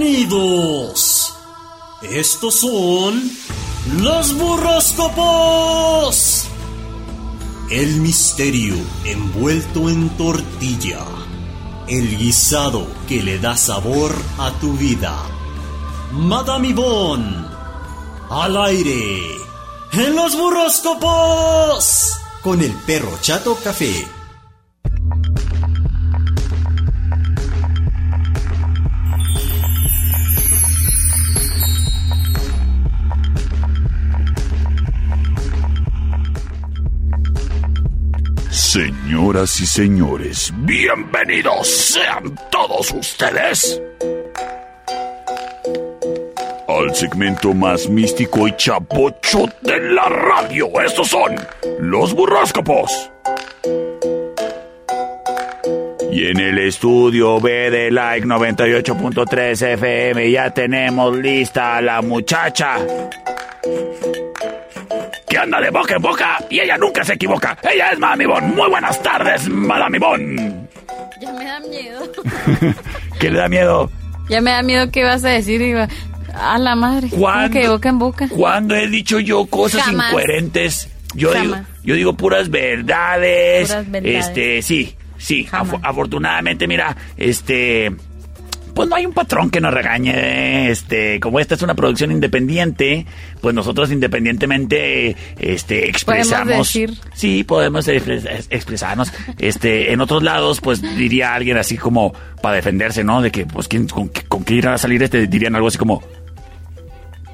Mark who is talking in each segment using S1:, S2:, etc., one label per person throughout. S1: Bienvenidos. Estos son los burroscopos. El misterio envuelto en tortilla. El guisado que le da sabor a tu vida. Madame Yvonne. Al aire. En los burroscopos. Con el perro chato café.
S2: Señoras y señores, bienvenidos sean todos ustedes al segmento más místico y chapocho de la radio. Estos son los burrascopos. Y en el estudio B de Like 98.3 FM ya tenemos lista a la muchacha que anda de boca en boca y ella nunca se equivoca. Ella es Madame Yvonne. Muy buenas tardes, Madame Yvonne.
S3: Ya me da miedo.
S2: ¿Qué le da miedo?
S3: Ya me da miedo qué ibas a decir. Iba, a la madre. ¿Cómo
S2: ¿Cuándo?
S3: Que de boca en boca.
S2: Cuando he dicho yo cosas
S3: Jamás.
S2: incoherentes, yo
S3: Jamás.
S2: digo, yo digo puras verdades.
S3: Puras verdades.
S2: Este, sí, sí.
S3: Jamás.
S2: Afo- afortunadamente, mira, este. Pues no hay un patrón que nos regañe, este, como esta es una producción independiente, pues nosotros independientemente, este, expresamos.
S3: decir.
S2: Sí, podemos expres- es- expresarnos. Este, en otros lados, pues diría alguien así como para defenderse, ¿no? De que, pues, ¿quién, con, qué- con qué irán a salir este? Dirían algo así como,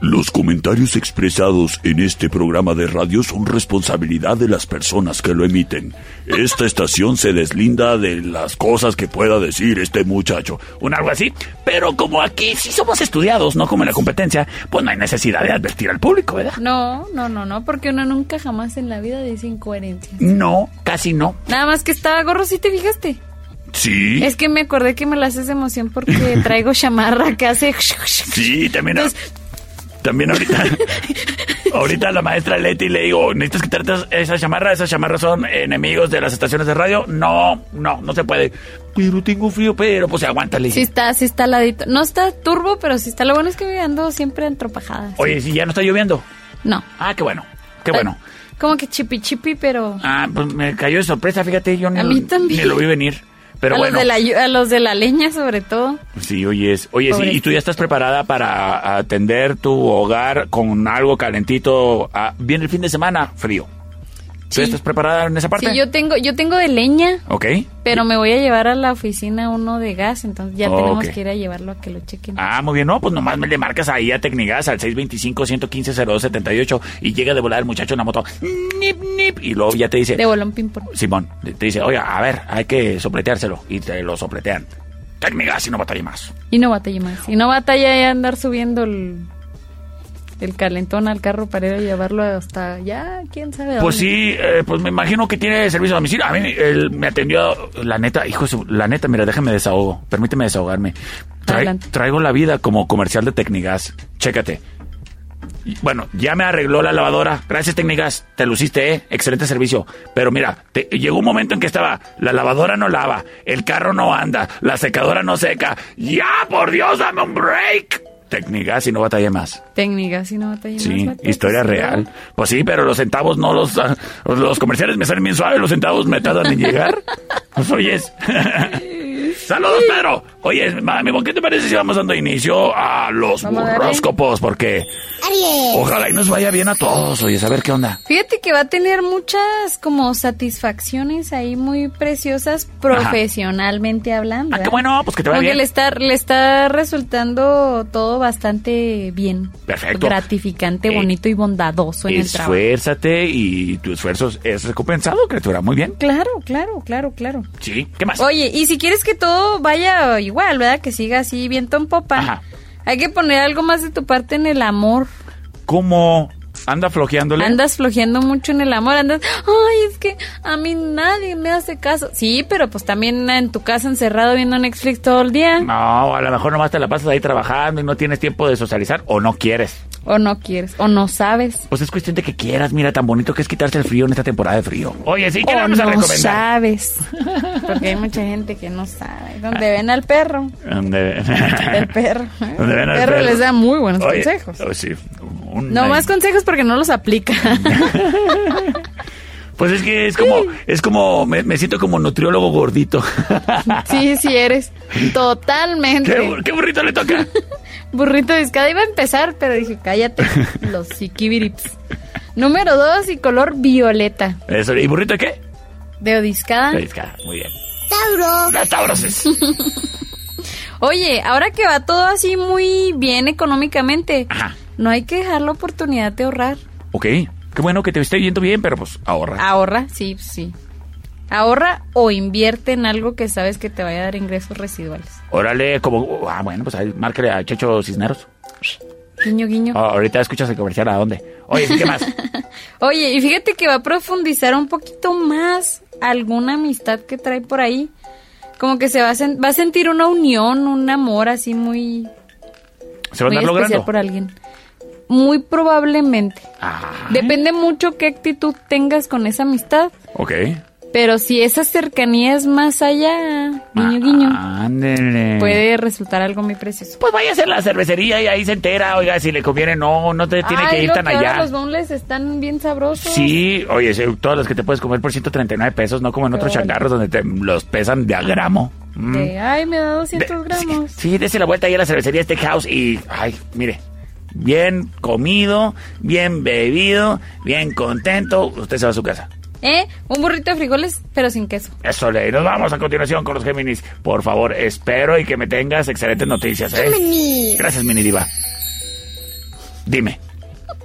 S2: los comentarios expresados en este programa de radio son responsabilidad de las personas que lo emiten. Esta estación se deslinda de las cosas que pueda decir este muchacho. Un algo así. Pero como aquí sí somos estudiados, no como en la competencia, pues no hay necesidad de advertir al público, ¿verdad?
S3: No, no, no, no, porque uno nunca jamás en la vida dice incoherencia.
S2: No, casi no.
S3: Nada más que estaba gorro, si te fijaste.
S2: Sí.
S3: Es que me acordé que me la haces de emoción porque traigo chamarra que hace.
S2: Sí, también.
S3: Entonces-
S2: También ahorita. ahorita la maestra Leti le digo, necesitas quitarte esa chamarra, esas chamarras son enemigos de las estaciones de radio. No, no, no se puede. Pero tengo frío, pero pues aguántale.
S3: Sí está, sí está ladito. No está turbo, pero sí está. Lo bueno es que me ando siempre antropajadas.
S2: Oye, si ya no está lloviendo.
S3: No.
S2: Ah, qué bueno, qué bueno.
S3: Como que chipi chipi, pero.
S2: Ah, pues me cayó de sorpresa, fíjate, yo ni,
S3: A mí también.
S2: ni lo vi venir. Pero
S3: a,
S2: bueno,
S3: los de la, yu- a los de la leña, sobre todo.
S2: sí, oye, es- oye, sí, y tú ya estás preparada para atender tu hogar con algo calentito. Ah, viene el fin de semana, frío. ¿Tú
S3: Sí.
S2: ya estás preparada en esa parte?
S3: Sí, yo tengo, yo tengo de leña.
S2: Ok.
S3: Pero me voy a llevar a la oficina uno de gas, entonces ya
S2: Oh,
S3: tenemos
S2: ok.
S3: que ir a llevarlo a que lo chequen.
S2: Ah, muy bien. No, pues nomás me le marcas ahí a Tecnigas al 625-115-0278 y llega de volar el muchacho en la moto. Nip, nip. Y luego ya te dice,
S3: De bolón pimpón.
S2: Simón, te dice, oiga, a ver, hay que sopleteárselo. Y te lo sopletean. Tecnigas y no batalla más.
S3: Y no batalla más. Y no batalla ya andar subiendo el, el calentón al carro para ir a llevarlo hasta ya, quién sabe.
S2: Pues
S3: dónde.
S2: sí, eh, pues me imagino que tiene servicio a domicilio. A mí él me atendió, la neta, hijo, de su- la neta, mira, déjame desahogo, permíteme desahogarme. Trae-
S3: Adelante.
S2: traigo la vida como comercial de Tecnigas, chécate. Y, Bueno, ya me arregló la lavadora. Gracias, Tecnigas. Te luciste, ¿eh? Excelente servicio. Pero mira, te- llegó un momento en que estaba la lavadora no lava, el carro no anda, la secadora no seca. ¡Ya, por Dios, dame un break! Tecnigas y no batalla más.
S3: Técnicas y no batalla más.
S2: Sí,
S3: batalla,
S2: historia
S3: sí,
S2: real.
S3: ¿no?
S2: Pues sí, pero los centavos no los... ah, Los comerciales me salen bien suaves, los centavos me tardan en llegar. Pues oyes. Saludos, Pedro. Oye, mami, ¿por ¿qué te parece si vamos dando inicio a los
S3: Vamos a darle.
S2: horóscopos? Porque ojalá y nos vaya bien a todos. Oye, a ver qué onda.
S3: Fíjate que va a tener muchas como satisfacciones ahí muy preciosas profesionalmente hablando.
S2: Ah, qué
S3: ¿verdad?
S2: bueno, pues que te vaya
S3: Porque
S2: bien.
S3: le está, le está resultando todo bastante bien.
S2: Perfecto.
S3: Gratificante,
S2: Eh,
S3: bonito y bondadoso en el trabajo.
S2: Esfuérzate y tu esfuerzo es recompensado, criatura. Muy bien.
S3: Claro, claro, claro, claro.
S2: Sí, ¿qué más?
S3: Oye, y si quieres que todo vaya igual, ¿verdad? Que siga así viento en popa.
S2: Ajá.
S3: Hay que poner algo más de tu parte en el amor.
S2: ¿Cómo anda flojeándole?
S3: Andas flojeando mucho en el amor, andas, ay, es que a mí nadie me hace caso. Sí, pero pues también en tu casa encerrado viendo Netflix todo el día.
S2: No, a lo mejor nomás te la pasas ahí trabajando y no tienes tiempo de socializar o no quieres.
S3: O no quieres, o no sabes.
S2: Pues es cuestión de que quieras, mira, tan bonito que es quitarse el frío en esta temporada de frío. Oye, sí, ¿qué le
S3: O
S2: vamos a
S3: Oh, no
S2: recomendar?
S3: sabes. Porque hay mucha gente que no sabe.
S2: Ah.
S3: Donde ven al perro.
S2: Donde-
S3: El perro. ¿eh?
S2: Donde ven
S3: el
S2: al
S3: perro,
S2: perro.
S3: les da muy buenos
S2: Oye,
S3: consejos.
S2: oh, sí, un-
S3: No
S2: ay.
S3: más consejos porque no los aplica.
S2: Pues es que es como, es como, me, me siento como nutriólogo gordito.
S3: sí, sí eres. Totalmente.
S2: ¿Qué, bu- qué burrito le toca?
S3: Burrito de discada iba a empezar, pero dije, cállate, los psiquibirips. Número dos y color violeta.
S2: Eso, ¿Y burrito de qué?
S3: De odiscada.
S2: Ahí está, Muy bien. Tauro. Las tauroses.
S3: Oye, ahora que va todo así muy bien económicamente,
S2: Ajá.
S3: no hay que dejar la oportunidad de ahorrar.
S2: Ok, qué bueno que te esté yendo bien, pero pues ahorra.
S3: Ahorra, sí, sí. Ahorra o invierte en algo que sabes que te vaya a dar ingresos residuales.
S2: Órale, como, ah, bueno, pues ahí, márcale a Checho Cisneros.
S3: Guiño, guiño.
S2: Ah, ahorita escuchas el comercial a dónde. Oye, ¿sí ¿qué más?
S3: Oye, y fíjate que va a profundizar un poquito más alguna amistad que trae por ahí. Como que se va a, sen- va a sentir una unión, un amor así muy,
S2: Se va a
S3: muy
S2: andar
S3: especial
S2: logrando.
S3: por alguien. Muy probablemente.
S2: Ah,
S3: Depende mucho qué actitud tengas con esa amistad.
S2: ok.
S3: Pero si esa cercanía es más allá, guiño, guiño,
S2: Ah, Ándele.
S3: puede resultar algo muy precioso.
S2: Pues váyase a la cervecería y ahí se entera, oiga, si le conviene, no, no te tiene
S3: Ay,
S2: que ir
S3: lo
S2: tan
S3: que ahora
S2: allá.
S3: Los boneless están bien sabrosos.
S2: Sí, oye, sí, todas las que te puedes comer por 139 pesos, no como en otros
S3: Qué bueno.
S2: changarros donde te los pesan de a gramo. Mm.
S3: De, ay, me da
S2: De-
S3: 200 gramos.
S2: Sí, sí, dese la vuelta ahí a la cervecería Steakhouse y, ay, mire, bien comido, bien bebido, bien contento, usted se va a su casa.
S3: ¿Eh? Un burrito de frijoles, pero sin queso.
S2: Eso le, nos vamos a continuación con los Géminis. Por favor, espero y que me tengas excelentes noticias, ¿eh? Gracias, mini diva. Dime,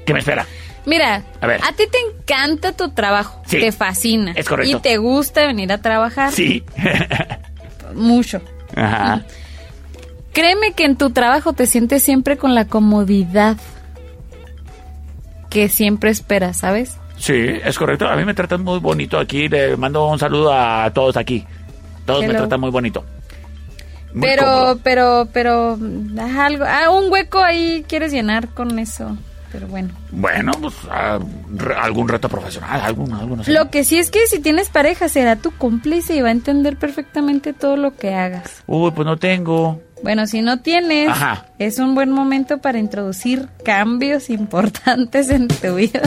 S2: ¿qué me espera?
S3: Mira,
S2: A ver.
S3: ti te encanta tu trabajo,
S2: Sí.
S3: te fascina.
S2: Es correcto.
S3: Y te gusta venir a trabajar
S2: Sí.
S3: mucho.
S2: Ajá.
S3: Créeme que en tu trabajo te sientes siempre con la comodidad que siempre esperas, ¿sabes?
S2: Sí, es correcto. A mí me tratan muy bonito aquí. Le mando un saludo a todos aquí. Todos me
S3: Hello.
S2: tratan muy bonito. Muy
S3: pero,
S2: cómodo.
S3: pero, pero, mm, ah, algo, ah, un hueco ahí quieres llenar con eso. Pero bueno.
S2: Bueno, pues ah, re- algún reto profesional, algún, algo, no sé.
S3: Lo que sí es que si tienes pareja será tu cómplice y va a entender perfectamente todo lo que hagas.
S2: Uy, pues no tengo.
S3: Bueno, si no tienes,
S2: Ajá.
S3: es un buen momento para introducir cambios importantes en tu vida.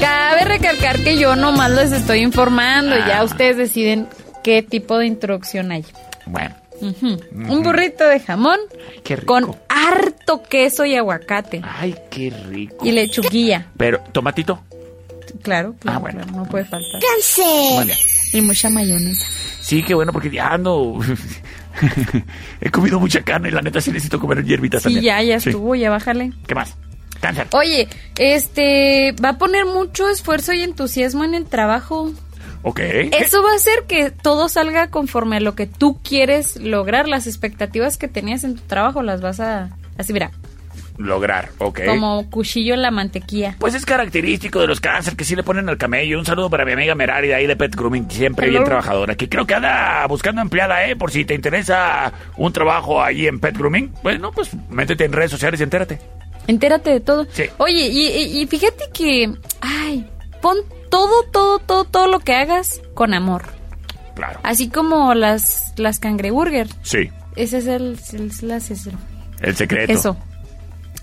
S3: Cabe recalcar que yo nomás les estoy informando,
S2: Ah.
S3: ya ustedes deciden qué tipo de introducción hay.
S2: Bueno,
S3: Ujú. Un burrito de jamón
S2: qué rico.
S3: con harto queso y aguacate
S2: Ay, qué rico.
S3: y lechuguilla.
S2: Pero, tomatito.
S3: Claro, claro,
S2: Ah, bueno.
S3: claro, no puede faltar.
S2: Vale.
S3: Y mucha mayonesa.
S2: Sí, qué bueno, porque ya ando. He comido mucha carne, la neta sí necesito comer hierbitas
S3: Sí,
S2: también.
S3: ya, ya
S2: Sí.
S3: estuvo, ya bájale.
S2: ¿Qué más? Cáncer.
S3: Oye, este va a poner mucho esfuerzo y entusiasmo en el trabajo.
S2: Ok.
S3: Eso va a hacer que todo salga conforme a lo que tú quieres lograr. Las expectativas que tenías en tu trabajo las vas a así mira,
S2: Lograr, ok.
S3: como cuchillo en la mantequilla.
S2: Pues es característico de los cáncer que sí le ponen al camello. Un saludo para mi amiga Merari de ahí de Pet Grooming, siempre bien
S3: Hello.
S2: trabajadora, que creo que anda buscando empleada, ¿eh? Por si te interesa un trabajo ahí en Pet Grooming, bueno, pues métete en redes sociales y entérate.
S3: Entérate de todo.
S2: Sí.
S3: Oye, y, y- y fíjate que ay, pon todo todo todo todo lo que hagas con amor.
S2: Claro.
S3: Así como las las cangreburger.
S2: Sí,
S3: Ese es el, es la- es el-
S2: el secreto.
S3: eso.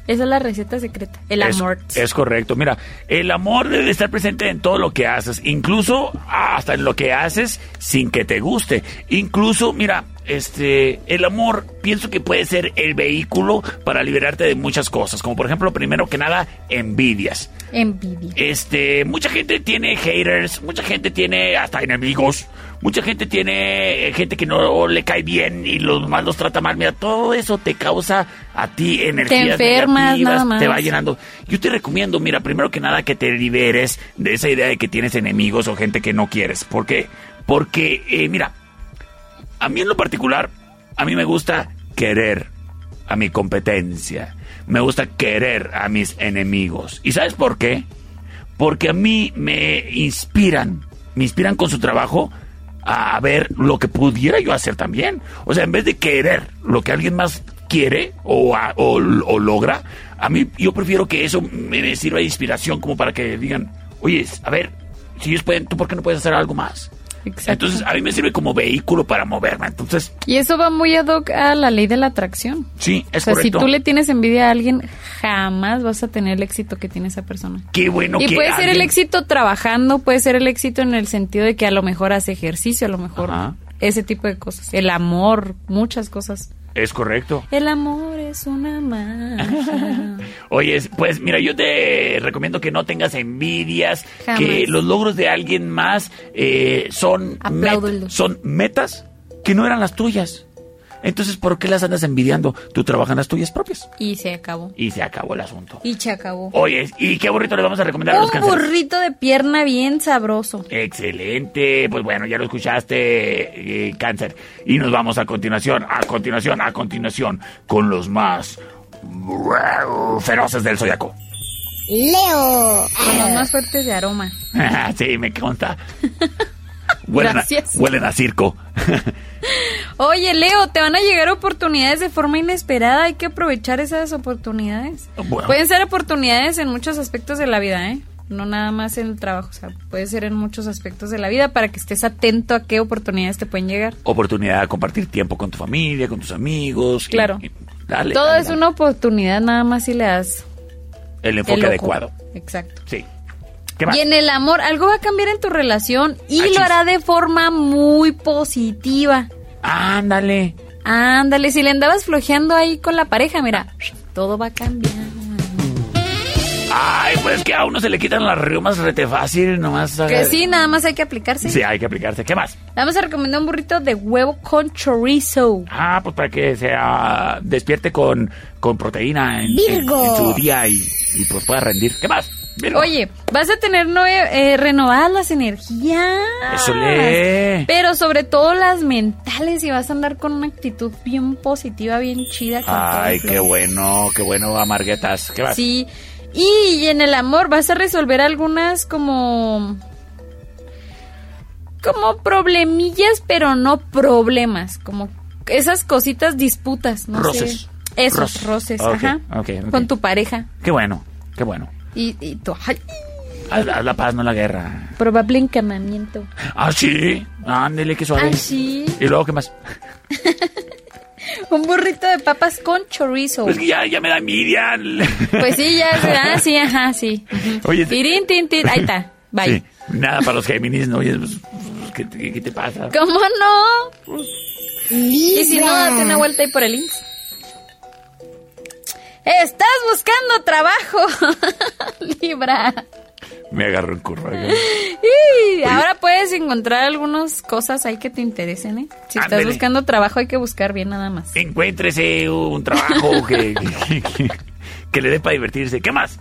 S3: Esa es la receta secreta, el
S2: Es-
S3: amor.
S2: Es, correcto. Mira, el amor debe estar presente en todo lo que haces, incluso hasta en lo que haces sin que te guste. Incluso, mira, este, el amor pienso que puede ser el vehículo para liberarte de muchas cosas, como por ejemplo, primero que nada, envidias.
S3: Envidia.
S2: Este, mucha gente tiene haters, mucha gente tiene hasta enemigos, mucha gente tiene eh, gente que no le cae bien y los más los trata mal. Mira, todo eso te causa a ti energías
S3: enfermas,
S2: negativas,
S3: nada
S2: te va
S3: más.
S2: llenando. Yo te recomiendo, mira, primero que nada que te liberes de esa idea de que tienes enemigos o gente que no quieres. ¿Por qué? Porque, eh, mira, a mí en lo particular, a mí me gusta querer a mi competencia. Me gusta querer a mis enemigos. ¿Y sabes por qué? Porque a mí me inspiran, me inspiran con su trabajo a ver lo que pudiera yo hacer también. O sea, en vez de querer lo que alguien más quiere o, a- o- o logra, a mí yo prefiero que eso me, me sirva de inspiración como para que digan, oye, a ver, si ellos pueden, ¿tú por qué no puedes hacer algo más?
S3: Exacto.
S2: Entonces, ah. a mí me sirve como vehículo para moverme. Entonces,
S3: Y eso va muy ad hoc a la ley de la atracción.
S2: sí,
S3: O
S2: es
S3: sea,
S2: correcto.
S3: si tú le tienes envidia a alguien, jamás vas a tener el éxito que tiene esa persona.
S2: Qué bueno
S3: y
S2: que
S3: puede ser el
S2: alguien-
S3: éxito trabajando, puede ser el éxito en el sentido de que a lo mejor hace ejercicio, a lo mejor
S2: Ajá.
S3: ese tipo de cosas. El amor, muchas cosas.
S2: Es correcto.
S3: El amor es una magia.
S2: Oye, pues mira, yo te recomiendo que no tengas envidias,
S3: Jamás.
S2: que los logros de alguien más eh, son,
S3: Apláudelo.
S2: son metas que no eran las tuyas. Entonces, ¿por qué las andas envidiando? Tú trabajas en las tuyas propias.
S3: y se acabó.
S2: Y se acabó el asunto.
S3: Y se acabó.
S2: Oye, ¿y qué burrito le vamos a recomendar a los
S3: Un
S2: cánceres?
S3: burrito de pierna bien sabroso.
S2: Excelente, pues bueno, ya lo escuchaste, eh, cáncer. Y nos vamos a continuación, a continuación, a continuación, con los más feroces del zodiaco.
S4: Leo,
S3: Con los más fuertes de aroma.
S2: sí, me conta. Huelen a,
S3: Gracias.
S2: huelen a circo.
S3: Oye, Leo, te van a llegar oportunidades de forma inesperada. Hay que aprovechar esas oportunidades.
S2: Bueno.
S3: Pueden ser oportunidades en muchos aspectos de la vida, ¿eh? No nada más en el trabajo, o sea, puede ser en muchos aspectos de la vida para que estés atento a qué oportunidades te pueden llegar.
S2: Oportunidad de compartir tiempo con tu familia, con tus amigos.
S3: Claro.
S2: Y- y- dale,
S3: Todo
S2: dale,
S3: es
S2: dale.
S3: una oportunidad nada más si le das
S2: El
S3: el
S2: enfoque
S3: ojo.
S2: adecuado.
S3: Exacto.
S2: Sí. ¿Qué más?
S3: Y en el amor, algo va a cambiar en tu relación y
S2: Achis.
S3: lo hará de forma muy positiva.
S2: Ándale.
S3: Ándale, si le andabas flojeando ahí con la pareja, mira, todo va a cambiar.
S2: Ay, pues que a uno se le quitan las riumas rete fácil, nomás.
S3: Que sí, nada más hay que aplicarse.
S2: Sí, hay que aplicarse. ¿Qué más?
S3: Vamos a recomendar un burrito de huevo con chorizo.
S2: Ah, pues para que se ah, despierte con, con proteína en, en-
S4: Virgo.
S2: en su día y, y, pues pueda rendir. ¿Qué más? Virgo.
S3: Oye, vas a tener nue- eh, renovadas las energías.
S2: Eso le.
S3: Pero sobre todo las mentales y vas a andar con una actitud bien positiva, bien chida. con
S2: Ay,
S3: todo
S2: qué
S3: flow.
S2: bueno, qué bueno, amarguetas. ¿Qué más?
S3: Sí. Y en el amor vas a resolver algunas como... Como problemillas, pero no problemas. Como esas cositas disputas, no
S2: Roces.
S3: sé. Esos
S2: Roces.
S3: roces,
S2: Ok,
S3: ajá.
S2: ok, ok.
S3: Con tu pareja.
S2: Qué bueno, qué bueno.
S3: Y, y tu ay,
S2: Haz, haz la paz, no la guerra.
S3: probable encarnamiento.
S2: Ah, sí. Ándele, qué suave.
S3: Ah, sí.
S2: Y luego, ¿qué más?
S3: Un burrito de papas con chorizo.
S2: Pues que ya, ya me da envidia.
S3: Pues sí, ya, sí, ah, sí, ajá, sí. Ujú.
S2: Oye, sí.
S3: Tirín, tin, tin, ahí está, bye.
S2: Sí, Nada para los Géminis, ¿no? Oye, pues, ¿qué, te- qué te pasa?
S3: ¿Cómo no?
S4: Libra,
S3: Y si no, date una vuelta ahí por el links. Estás buscando trabajo, Libra.
S2: Me agarró en curva.
S3: Y ahora puedes encontrar algunas cosas ahí que te interesen, ¿eh? Si estás
S2: Ándele.
S3: buscando trabajo hay que buscar bien nada más.
S2: Encuéntrese un trabajo que, que, que le dé para divertirse. ¿Qué más?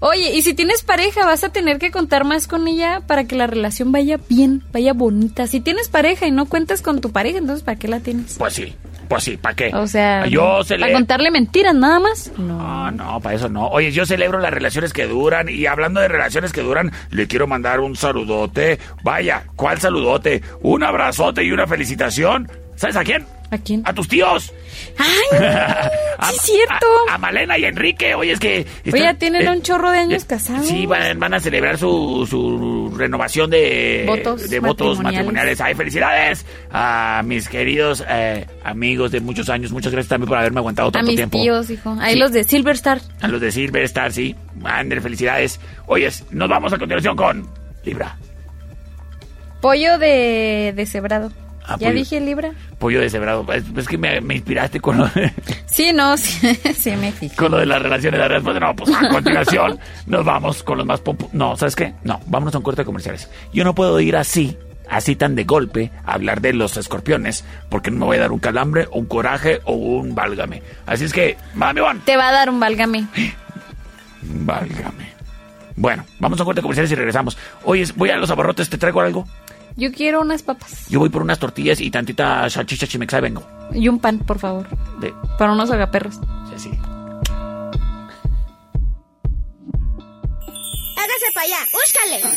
S3: Oye, y si tienes pareja, vas a tener que contar más con ella para que la relación vaya bien, vaya bonita. Si tienes pareja y no cuentas con tu pareja, entonces ¿para qué la tienes?
S2: Pues sí, pues sí, ¿para qué?
S3: O sea,
S2: yo se
S3: ¿para
S2: le... Ah.
S3: contarle mentiras nada más? No.
S2: No, no, para eso no. Oye, yo celebro las relaciones que duran y hablando de relaciones que duran, le quiero mandar un saludote. Vaya, ¿cuál saludote? Un abrazote y una felicitación. ¿Sabes a quién?
S3: ¿A quién?
S2: A tus tíos.
S3: ¡Ay!
S2: A-
S3: Sí, cierto.
S2: A, a Malena y a Enrique. Oye, es que...
S3: Oye, ya tienen
S2: eh,
S3: un chorro de años
S2: eh,
S3: casados.
S2: Sí, van, van a celebrar su, su renovación de
S3: Votos
S2: de votos matrimoniales.
S3: matrimoniales.
S2: ¡Ay, felicidades! A mis queridos eh, amigos de muchos años. Muchas gracias también por haberme aguantado
S3: A
S2: tanto
S3: mis
S2: tiempo.
S3: tíos, hijo. Ahí
S2: Sí.
S3: los de Silver Star.
S2: A los de Silver Star, sí. Ander, felicidades. Oyes, nos vamos a continuación con Libra.
S3: Pollo de, de cebrado.
S2: Ah,
S3: ¿Ya
S2: pollo.
S3: dije Libra?
S2: Pollo deshebrado. Es, es que me, me inspiraste con lo, de,
S3: Sí, no, sí, sí me fijé.
S2: con lo de las relaciones. La respuesta, no, pues a continuación nos vamos con los más popu- No, ¿sabes qué? No, vámonos a un corte de comerciales. Yo no puedo ir así, así tan de golpe, a hablar de los escorpiones, porque no me voy a dar un calambre, un coraje o un válgame. Así es que, mami, van.
S3: Te va a dar un válgame.
S2: Válgame. Bueno, vamos a un corte de comerciales y regresamos. Oyes, voy a los abarrotes, ¿te traigo algo?
S3: Yo quiero unas papas
S2: Yo voy por unas tortillas y tantita salchicha chimexa y vengo.
S3: y un pan, por favor.
S2: De,
S3: Para unos agaperros.
S2: así.
S4: hágase para allá, búscale.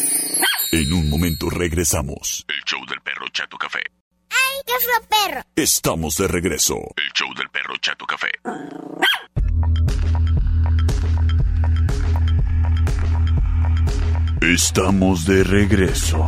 S1: En un momento regresamos.
S5: El show del perro Chato Café.
S4: ¡Ay, qué feo perro!
S1: Estamos de regreso.
S5: El show del perro Chato Café.
S1: Estamos de regreso.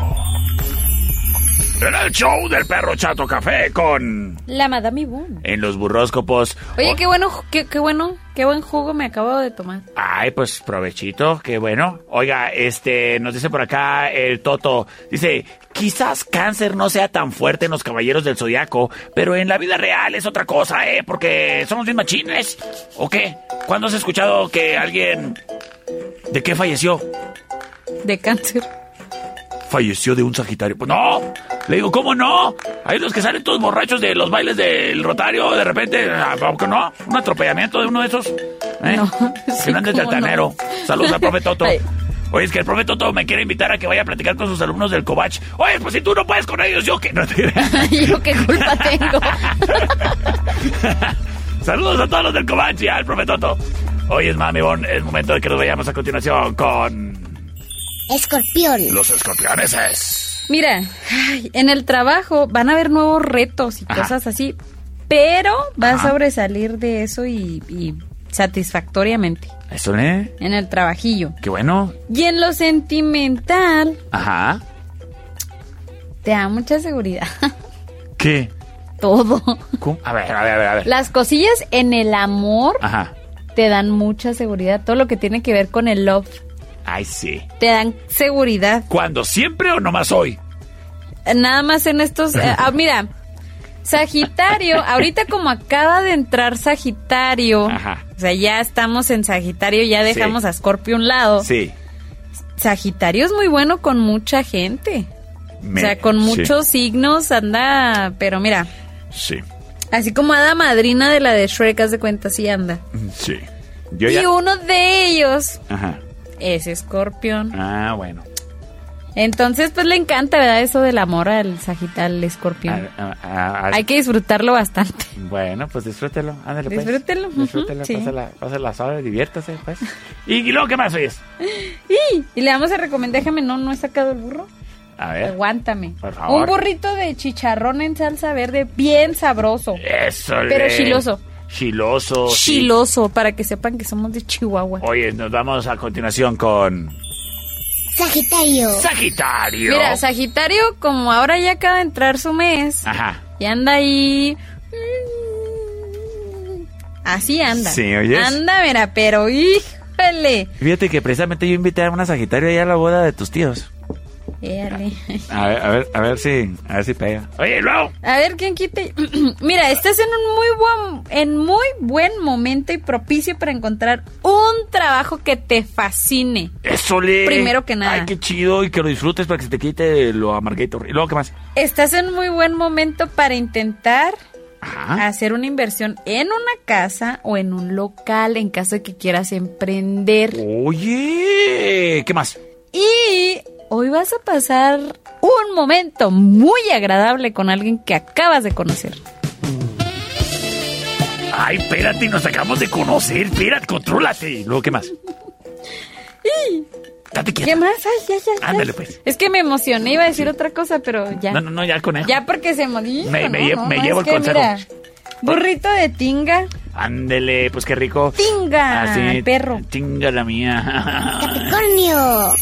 S2: En el show del perro Chato Café con...
S3: La Madame Yvonne.
S2: En los burróscopos.
S3: Oye,
S2: Oh,
S3: qué bueno, ju- qué, qué bueno, qué buen jugo me acabo de tomar.
S2: Ay, pues provechito, qué bueno. Oiga, este, nos dice por acá el Toto, dice, quizás cáncer no sea tan fuerte en los caballeros del zodiaco, pero en la vida real es otra cosa, ¿eh? Porque somos bien machines. ¿O qué? ¿Cuándo has escuchado que alguien... ¿De qué falleció?
S3: De cáncer.
S2: Falleció de un sagitario. Pues no, le digo, ¿cómo no? Hay los que salen todos borrachos de los bailes del rotario, de repente, ¿a poco no? Un atropellamiento de uno de esos. ¿eh?
S3: No, sí,
S2: Fernández
S3: ¿cómo
S2: Altanero.
S3: no?
S2: Saludos al profe Toto.
S3: Ay.
S2: Oye, es que el profe Toto me quiere invitar a que vaya a platicar con sus alumnos del Covach. Oye, pues si tú no puedes con ellos, yo que no te
S3: Yo qué culpa tengo.
S2: Saludos a todos los del Covach y al profe Toto. Oye, es mami, bon, es momento de que nos vayamos a continuación con
S4: Escorpión.
S2: los escorpioneses.
S3: Mira, ay, en el trabajo van a haber nuevos retos y
S2: Ajá.
S3: cosas así, pero va
S2: Ajá.
S3: a sobresalir de eso y, y satisfactoriamente
S2: Eso, ¿eh?
S3: en el trabajillo.
S2: Qué bueno.
S3: Y en lo sentimental
S2: Ajá.
S3: te da mucha seguridad.
S2: ¿Qué?
S3: Todo.
S2: ¿Cómo? A ver, a ver, a ver, a ver.
S3: Las cosillas en el amor
S2: Ajá.
S3: te dan mucha seguridad. Todo lo que tiene que ver con el love
S2: Ay, sí.
S3: te dan seguridad.
S2: ¿Cuándo? ¿Siempre o nomás hoy?
S3: Nada más en estos. eh, ah, mira, Sagitario, ahorita como acaba de entrar Sagitario,
S2: Ajá.
S3: o sea, ya estamos en Sagitario, ya dejamos
S2: Sí.
S3: a Scorpio a un lado.
S2: Sí.
S3: Sagitario es muy bueno con mucha gente.
S2: Me-
S3: o sea, con
S2: sí.
S3: muchos signos anda, pero mira,
S2: Sí.
S3: así como Hada Madrina de la de Shrek, haz de cuenta, sí anda.
S2: Sí. Yo ya.
S3: Y uno de ellos
S2: Ajá.
S3: es Escorpión.
S2: Ah, bueno.
S3: Entonces, pues le encanta, ¿verdad? Eso del amor al Sagitario, al
S2: A-
S3: Escorpión.
S2: a- a- a-
S3: Hay que disfrutarlo bastante.
S2: Ah, Bueno, pues disfrútelo. Ándale, pues.
S3: Disfrútelo, ujú,
S2: Disfrútelo,
S3: sí.
S2: pásala, pásala suave, diviértase, pues. ¿Y, y luego qué más oyes?
S3: Y le vamos a recomendar, déjame, no, no he sacado el burro.
S2: A ver.
S3: Aguántame.
S2: Eh, Por favor.
S3: Un burrito de chicharrón en salsa verde, bien sabroso.
S2: Eso,
S3: Pero chiloso.
S2: Chiloso. Eh, oh, sí.
S3: Chiloso, para que sepan que somos de Chihuahua.
S2: Oye, nos vamos a continuación con.
S4: Sagitario.
S2: Sagitario.
S3: Mira, Sagitario, como ahora ya acaba de entrar su mes,
S2: Ajá.
S3: y anda ahí. Así anda.
S2: Sí, ¿oyes?
S3: Anda, mira, pero híjole.
S2: Fíjate que precisamente yo invité a una Sagitario allá a la boda de tus tíos.
S3: Éale.
S2: A ver, a ver, a ver si, a ver si pega. Oye, luego.
S3: A ver, ¿quién quite? Mira, estás en un muy buen, en muy buen momento y propicio para encontrar un trabajo que te fascine.
S2: Eso le.
S3: Primero que nada.
S2: Ay, qué chido y que lo disfrutes para que se te quite lo amarguito. Y luego, ¿qué más?
S3: Estás en muy buen momento para intentar
S2: Ajá.
S3: hacer una inversión en una casa o en un local en caso de que quieras emprender.
S2: Oye, ¿qué más?
S3: Y hoy vas a pasar un momento muy agradable con alguien que acabas de conocer.
S2: Ay, espérate, nos acabamos de conocer. Espérate, contrólate. Luego, ¿qué más? Date
S3: ¿Qué
S2: quieta.
S3: más? Ay, ya, ya, ya.
S2: Ándale, pues.
S3: Es que me emocioné, iba a decir otra cosa, pero ya.
S2: No, no, no, ya con él.
S3: Ya porque se modifica.
S2: Me- me
S3: ¿no?
S2: lle-
S3: No,
S2: me
S3: no,
S2: llevo
S3: es
S2: el
S3: que
S2: consejo.
S3: mira, burrito de tinga.
S2: Ándele, pues qué rico.
S3: Tinga, perro.
S2: Tinga la mía.
S4: Capricornio.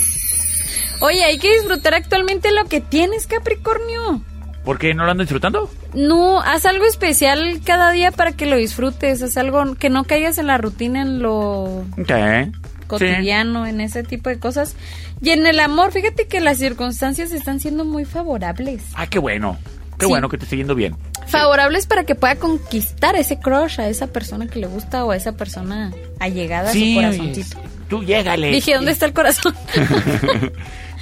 S3: Oye, hay que disfrutar actualmente lo que tienes, Capricornio.
S2: ¿Por qué no lo ando disfrutando?
S3: No, haz algo especial cada día para que lo disfrutes. Haz algo que no caigas en la rutina, en lo
S2: ¿Qué?
S3: cotidiano, en ese tipo de cosas. Y en el amor, fíjate que las circunstancias están siendo muy favorables.
S2: Ah, qué bueno. Qué
S3: Sí.
S2: bueno que te esté yendo bien.
S3: Favorables para que pueda conquistar ese crush a esa persona que le gusta o a esa persona allegada a su corazoncito.
S2: tú llégale.
S3: Dije, ¿dónde está el corazón?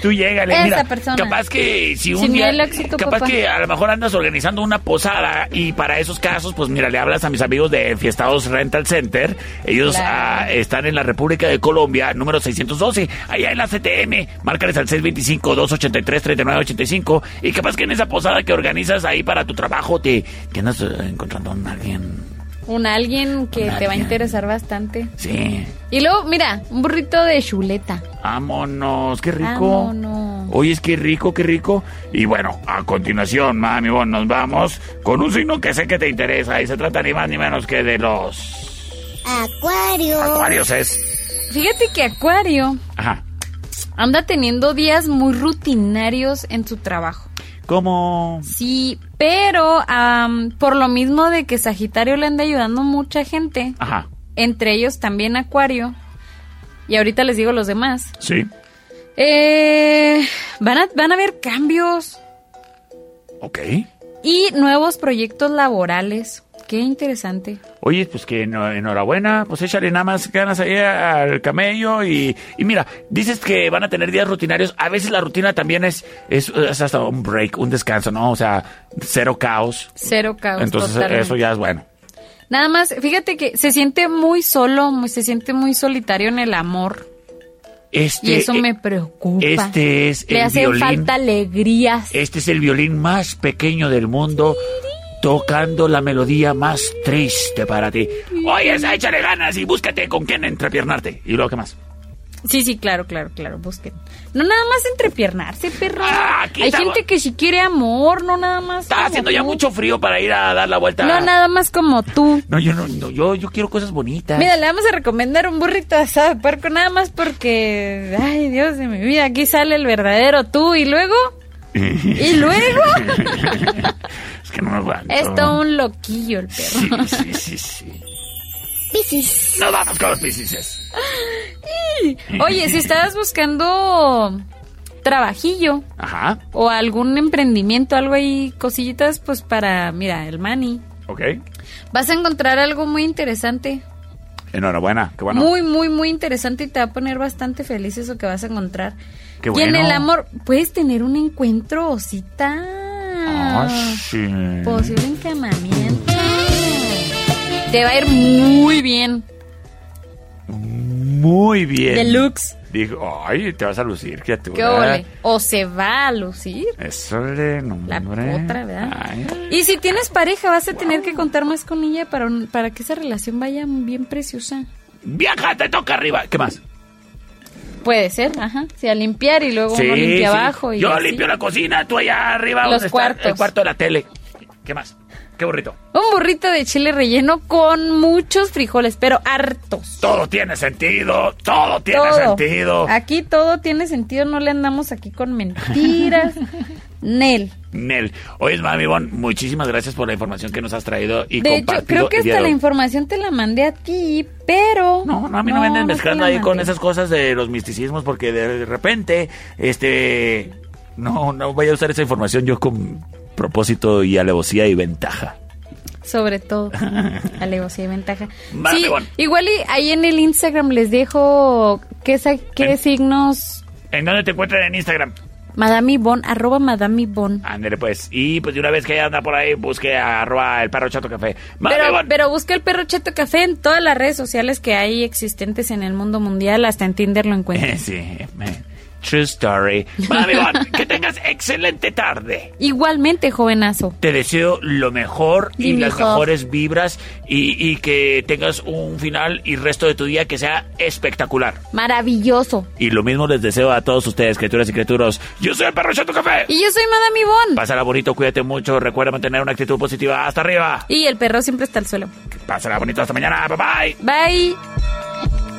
S2: Tú llégale,
S3: Esa
S2: mira.
S3: persona.
S2: Capaz que si un
S3: Sin
S2: día,
S3: miedo al éxito,
S2: capaz
S3: papá.
S2: que a lo mejor andas organizando una posada y para esos casos, pues mira, le hablas a mis amigos de Fiestados Rental Center. Ellos
S3: Claro.
S2: ah, están en la República de Colombia, número 612, allá en la CTM. Márcales al 625-283-3985 y capaz que en esa posada que organizas ahí para tu trabajo te, te andas eh, encontrando a alguien.
S3: Un alguien que
S2: Un
S3: te va a
S2: alguien.
S3: interesar bastante.
S2: Sí.
S3: Y luego, mira, un burrito de chuleta.
S2: Vámonos, qué rico.
S3: Vámonos.
S2: Oye, es que rico, qué rico. Y bueno, a continuación, mami, bon, nos vamos con un signo que sé que te interesa y se trata ni más ni menos que de los
S4: Acuario.
S2: acuarios es.
S3: Fíjate que Acuario
S2: Ajá.
S3: anda teniendo días muy rutinarios en su trabajo.
S2: ¿Cómo?
S3: Sí, pero am, por lo mismo de que Sagitario le anda ayudando mucha gente,
S2: Ajá.
S3: entre ellos también Acuario, y ahorita les digo los demás,
S2: Sí.
S3: eh, van, a, van a haber cambios
S2: Ok.
S3: y nuevos proyectos laborales. Qué interesante.
S2: Oye, pues que eno- enhorabuena, pues échale nada más ganas ahí al camello y, y mira, dices que van a tener días rutinarios, a veces la rutina también es, es, es hasta un break, un descanso, ¿no? O sea, cero caos.
S3: Cero caos.
S2: Entonces
S3: totalmente.
S2: eso ya es bueno.
S3: Nada más, fíjate que se siente muy solo, muy- se siente muy solitario en el amor.
S2: Este,
S3: Y eso
S2: eh,
S3: me preocupa.
S2: este es
S3: Le
S2: el
S3: hacen
S2: violín.
S3: falta alegrías.
S2: Este es el violín más pequeño del mundo, tocando la melodía más triste para ti. Oye, esa, échale ganas y búscate con quién entrepiernarte. Y luego, ¿qué más?
S3: Sí, sí, claro, claro, claro, busquen. No nada más entrepiernarse, perro.
S2: Ah, aquí
S3: Hay
S2: está-
S3: gente que si quiere amor, no nada más.
S2: Está
S3: como
S2: haciendo ya
S3: tú.
S2: mucho frío para ir a dar la vuelta.
S3: No nada más como tú.
S2: No, yo no, no, yo, yo quiero cosas bonitas.
S3: Mira, le vamos a recomendar un burrito asado de puerco nada más porque, ay, Dios de mi vida, aquí sale el verdadero tú y luego y luego
S2: Es que no me aguanto.
S3: es todo un loquillo el perro.
S2: Sí, sí, sí, sí.
S4: Piscis.
S2: Nos vamos con los piscises.
S3: Oye, si estabas buscando trabajillo
S2: Ajá,
S3: o algún emprendimiento, algo ahí, cosillitas, pues para, mira, el mani.
S2: ok.
S3: Vas a encontrar algo muy interesante.
S2: Enhorabuena, qué bueno.
S3: Muy, muy, muy interesante y te va a poner bastante feliz eso que vas a encontrar.
S2: Qué
S3: Y en
S2: bueno.
S3: el amor, puedes tener un encuentro o cita.
S2: Ah, sí.
S3: Posible encamamiento. Te va a ir muy bien.
S2: Muy bien.
S3: Deluxe.
S2: Dijo, ay, te vas a lucir, criatura.
S3: ¿Qué ole? O se va a lucir.
S2: Eso le
S3: La
S2: nombre.
S3: otra, ¿verdad?
S2: Ay.
S3: Y si tienes pareja, vas a tener que contar más con ella para, un- para que esa relación vaya bien preciosa.
S2: Viaja, te toca arriba. ¿Qué más?
S3: Puede ser, ajá. Sí, a limpiar y luego uno limpia
S2: sí.
S3: abajo. Y
S2: Yo
S3: así.
S2: limpio la cocina, tú allá arriba.
S3: Los
S2: donde está
S3: cuartos.
S2: el cuarto de la tele. ¿Qué más? Qué burrito.
S3: Un burrito de chile relleno con muchos frijoles, pero hartos.
S2: Todo tiene sentido, todo tiene
S3: todo. Ah.
S2: sentido.
S3: Aquí todo tiene sentido, no le andamos aquí con mentiras. Nel.
S2: Nel. Oye, Mami Bon, muchísimas gracias por la información que nos has traído y
S3: De hecho,
S2: compartido.
S3: creo que
S2: el día
S3: hasta
S2: de
S3: la
S2: hoy.
S3: información te la mandé a ti, pero...
S2: No, no, a mí no, me andes
S3: te
S2: mezclando
S3: la
S2: ahí con
S3: mandé.
S2: esas cosas de los misticismos porque de repente, este, no, no voy a usar esa información yo con propósito y alevosía y ventaja.
S3: Sobre todo. Alevosía y ventaja.
S2: Vale,
S3: sí,
S2: bueno.
S3: igual y ahí en el Instagram les dejo qué, sa- qué
S2: En-
S3: signos...
S2: ¿En dónde te encuentran en Instagram?
S3: Madame Ivonne, arroba Madame Ivonne.
S2: Ándale pues, y pues de una vez que anda por ahí, busque a arroba el perro chato café. Mami
S3: Pero,
S2: Bon,
S3: pero busca el perro Cheto Café en todas las redes sociales que hay existentes en el mundo mundial. Hasta en Tinder lo
S2: Eh,
S3: encuentras.
S2: sí, eh, true story. Mami Bon, que tengas excelente tarde.
S3: Igualmente, jovenazo.
S2: Te deseo lo mejor y,
S3: Y
S2: las
S3: mejor.
S2: mejores vibras y, y que tengas un final y resto de tu día que sea espectacular.
S3: Maravilloso.
S2: Y lo mismo les deseo a todos ustedes, criaturas y criaturas. Yo soy el perro Chato Café.
S3: Y yo soy Madame Ivonne.
S2: Pásala bonito, cuídate mucho, recuerda mantener una actitud positiva. Hasta arriba.
S3: Y el perro siempre está al suelo.
S2: Pásala bonito hasta mañana. Bye bye.
S3: Bye.